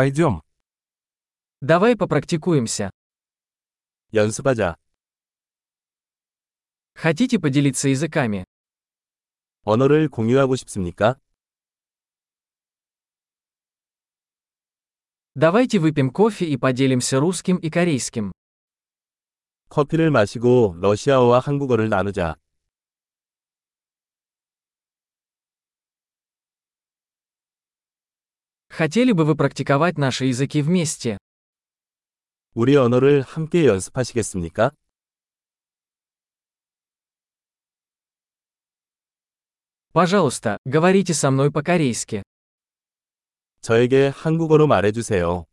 Пойдем. Давай попрактикуемся. 연습하자. Хотите поделиться языками? 언어를 공유하고 싶습니까? Давайте выпьем кофе и поделимся русским и корейским. 커피를 마시고 러시아어와 한국어를 나누자. Хотели бы вы практиковать наши языки вместе? 우리 언어를 함께 연습하시겠습니까? Пожалуйста, говорите со мной по-корейски. 저에게 한국어로 말해주세요.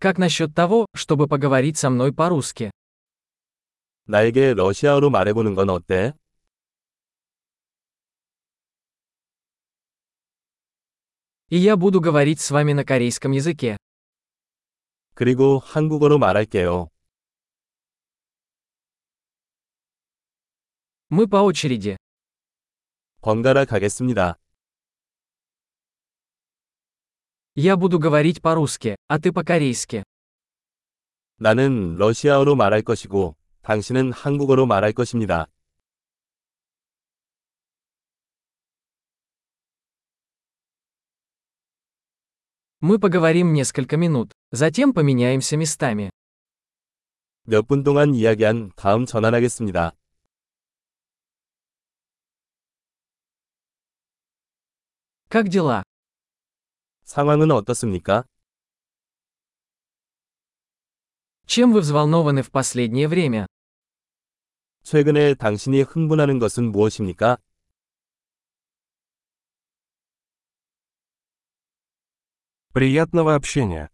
Как насчет того, чтобы поговорить со мной по-русски? 나에게 러시아어로 말해보는 건 어때? И я буду говорить с вами на корейском языке. 그리고 한국어로 말할게요. Мы по очереди. 번갈아 가겠습니다. Я буду говорить по-русски, а ты по-корейски. 나는 러시아어로 말할 것이고, 당신은 한국어로 말할 것입니다. Мы поговорим несколько минут, затем поменяемся местами. 몇 분 동안 이야기한 다음 전환하겠습니다. Как дела? 상황은 어떻습니까? Чем вы взволнованы в последнее время? 최근에 당신이 흥분하는 것은 무엇입니까? Приятного общения!